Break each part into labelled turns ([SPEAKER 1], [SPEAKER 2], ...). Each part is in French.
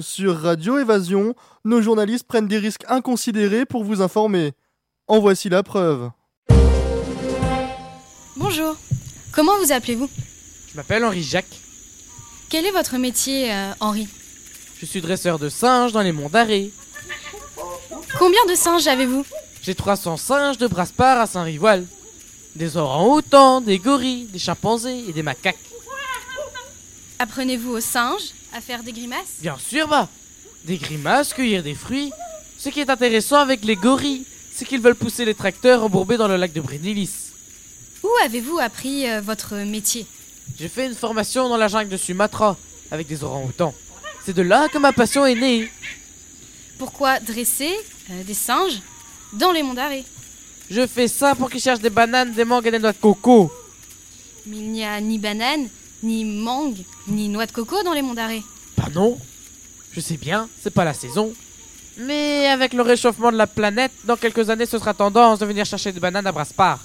[SPEAKER 1] Sur Radio Évasion, nos journalistes prennent des risques inconsidérés pour vous informer. En voici la preuve.
[SPEAKER 2] Bonjour. Comment vous appelez-vous
[SPEAKER 3] Je m'appelle Henri Jacques.
[SPEAKER 2] Quel est votre métier, euh, Henri
[SPEAKER 3] Je suis dresseur de singes dans les monts d'Arrée.
[SPEAKER 2] Combien de singes avez-vous
[SPEAKER 3] J'ai 300 singes de Braspar à Saint-Rivoal. Des orangs-outans, des gorilles, des chimpanzés et des macaques.
[SPEAKER 2] Apprenez-vous aux singes à faire des grimaces
[SPEAKER 3] Bien sûr, bah Des grimaces, cueillir des fruits. Ce qui est intéressant avec les gorilles, c'est qu'ils veulent pousser les tracteurs embourbés dans le lac de Brénilis.
[SPEAKER 2] Où avez-vous appris euh, votre métier
[SPEAKER 3] J'ai fait une formation dans la jungle de Sumatra, avec des orangs-outans. C'est de là que ma passion est née.
[SPEAKER 2] Pourquoi dresser euh, des singes dans les monts d'arrêt
[SPEAKER 3] Je fais ça pour qu'ils cherchent des bananes, des mangues et des noix de coco.
[SPEAKER 2] Mais il n'y a ni banane, ni mangue, ni noix de coco dans les monts d'arrêt.
[SPEAKER 3] Bah non Je sais bien, c'est pas la saison. Mais avec le réchauffement de la planète, dans quelques années, ce sera tendance de venir chercher des bananes à Braspar.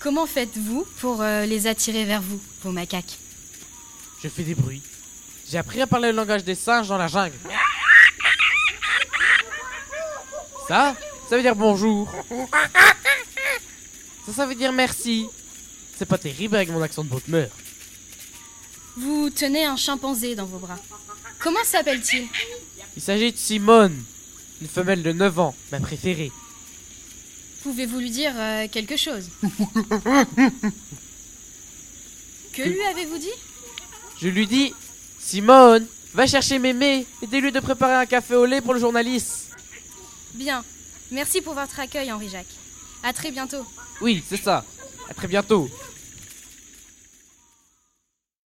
[SPEAKER 2] Comment faites-vous pour euh, les attirer vers vous, vos macaques
[SPEAKER 3] Je fais des bruits. J'ai appris à parler le langage des singes dans la jungle. Ça, ça veut dire bonjour. Ça, ça veut dire merci. C'est pas terrible avec mon accent de Botmeur.
[SPEAKER 2] Vous tenez un chimpanzé dans vos bras. Comment s'appelle-t-il
[SPEAKER 3] Il s'agit de Simone, une femelle de 9 ans, ma préférée.
[SPEAKER 2] Pouvez-vous lui dire euh, quelque chose Que lui avez-vous dit
[SPEAKER 3] Je lui dis Simone, va chercher mémé et dis-lui de préparer un café au lait pour le journaliste.
[SPEAKER 2] Bien. Merci pour votre accueil, Henri-Jacques. À très bientôt.
[SPEAKER 3] Oui, c'est ça. À très bientôt.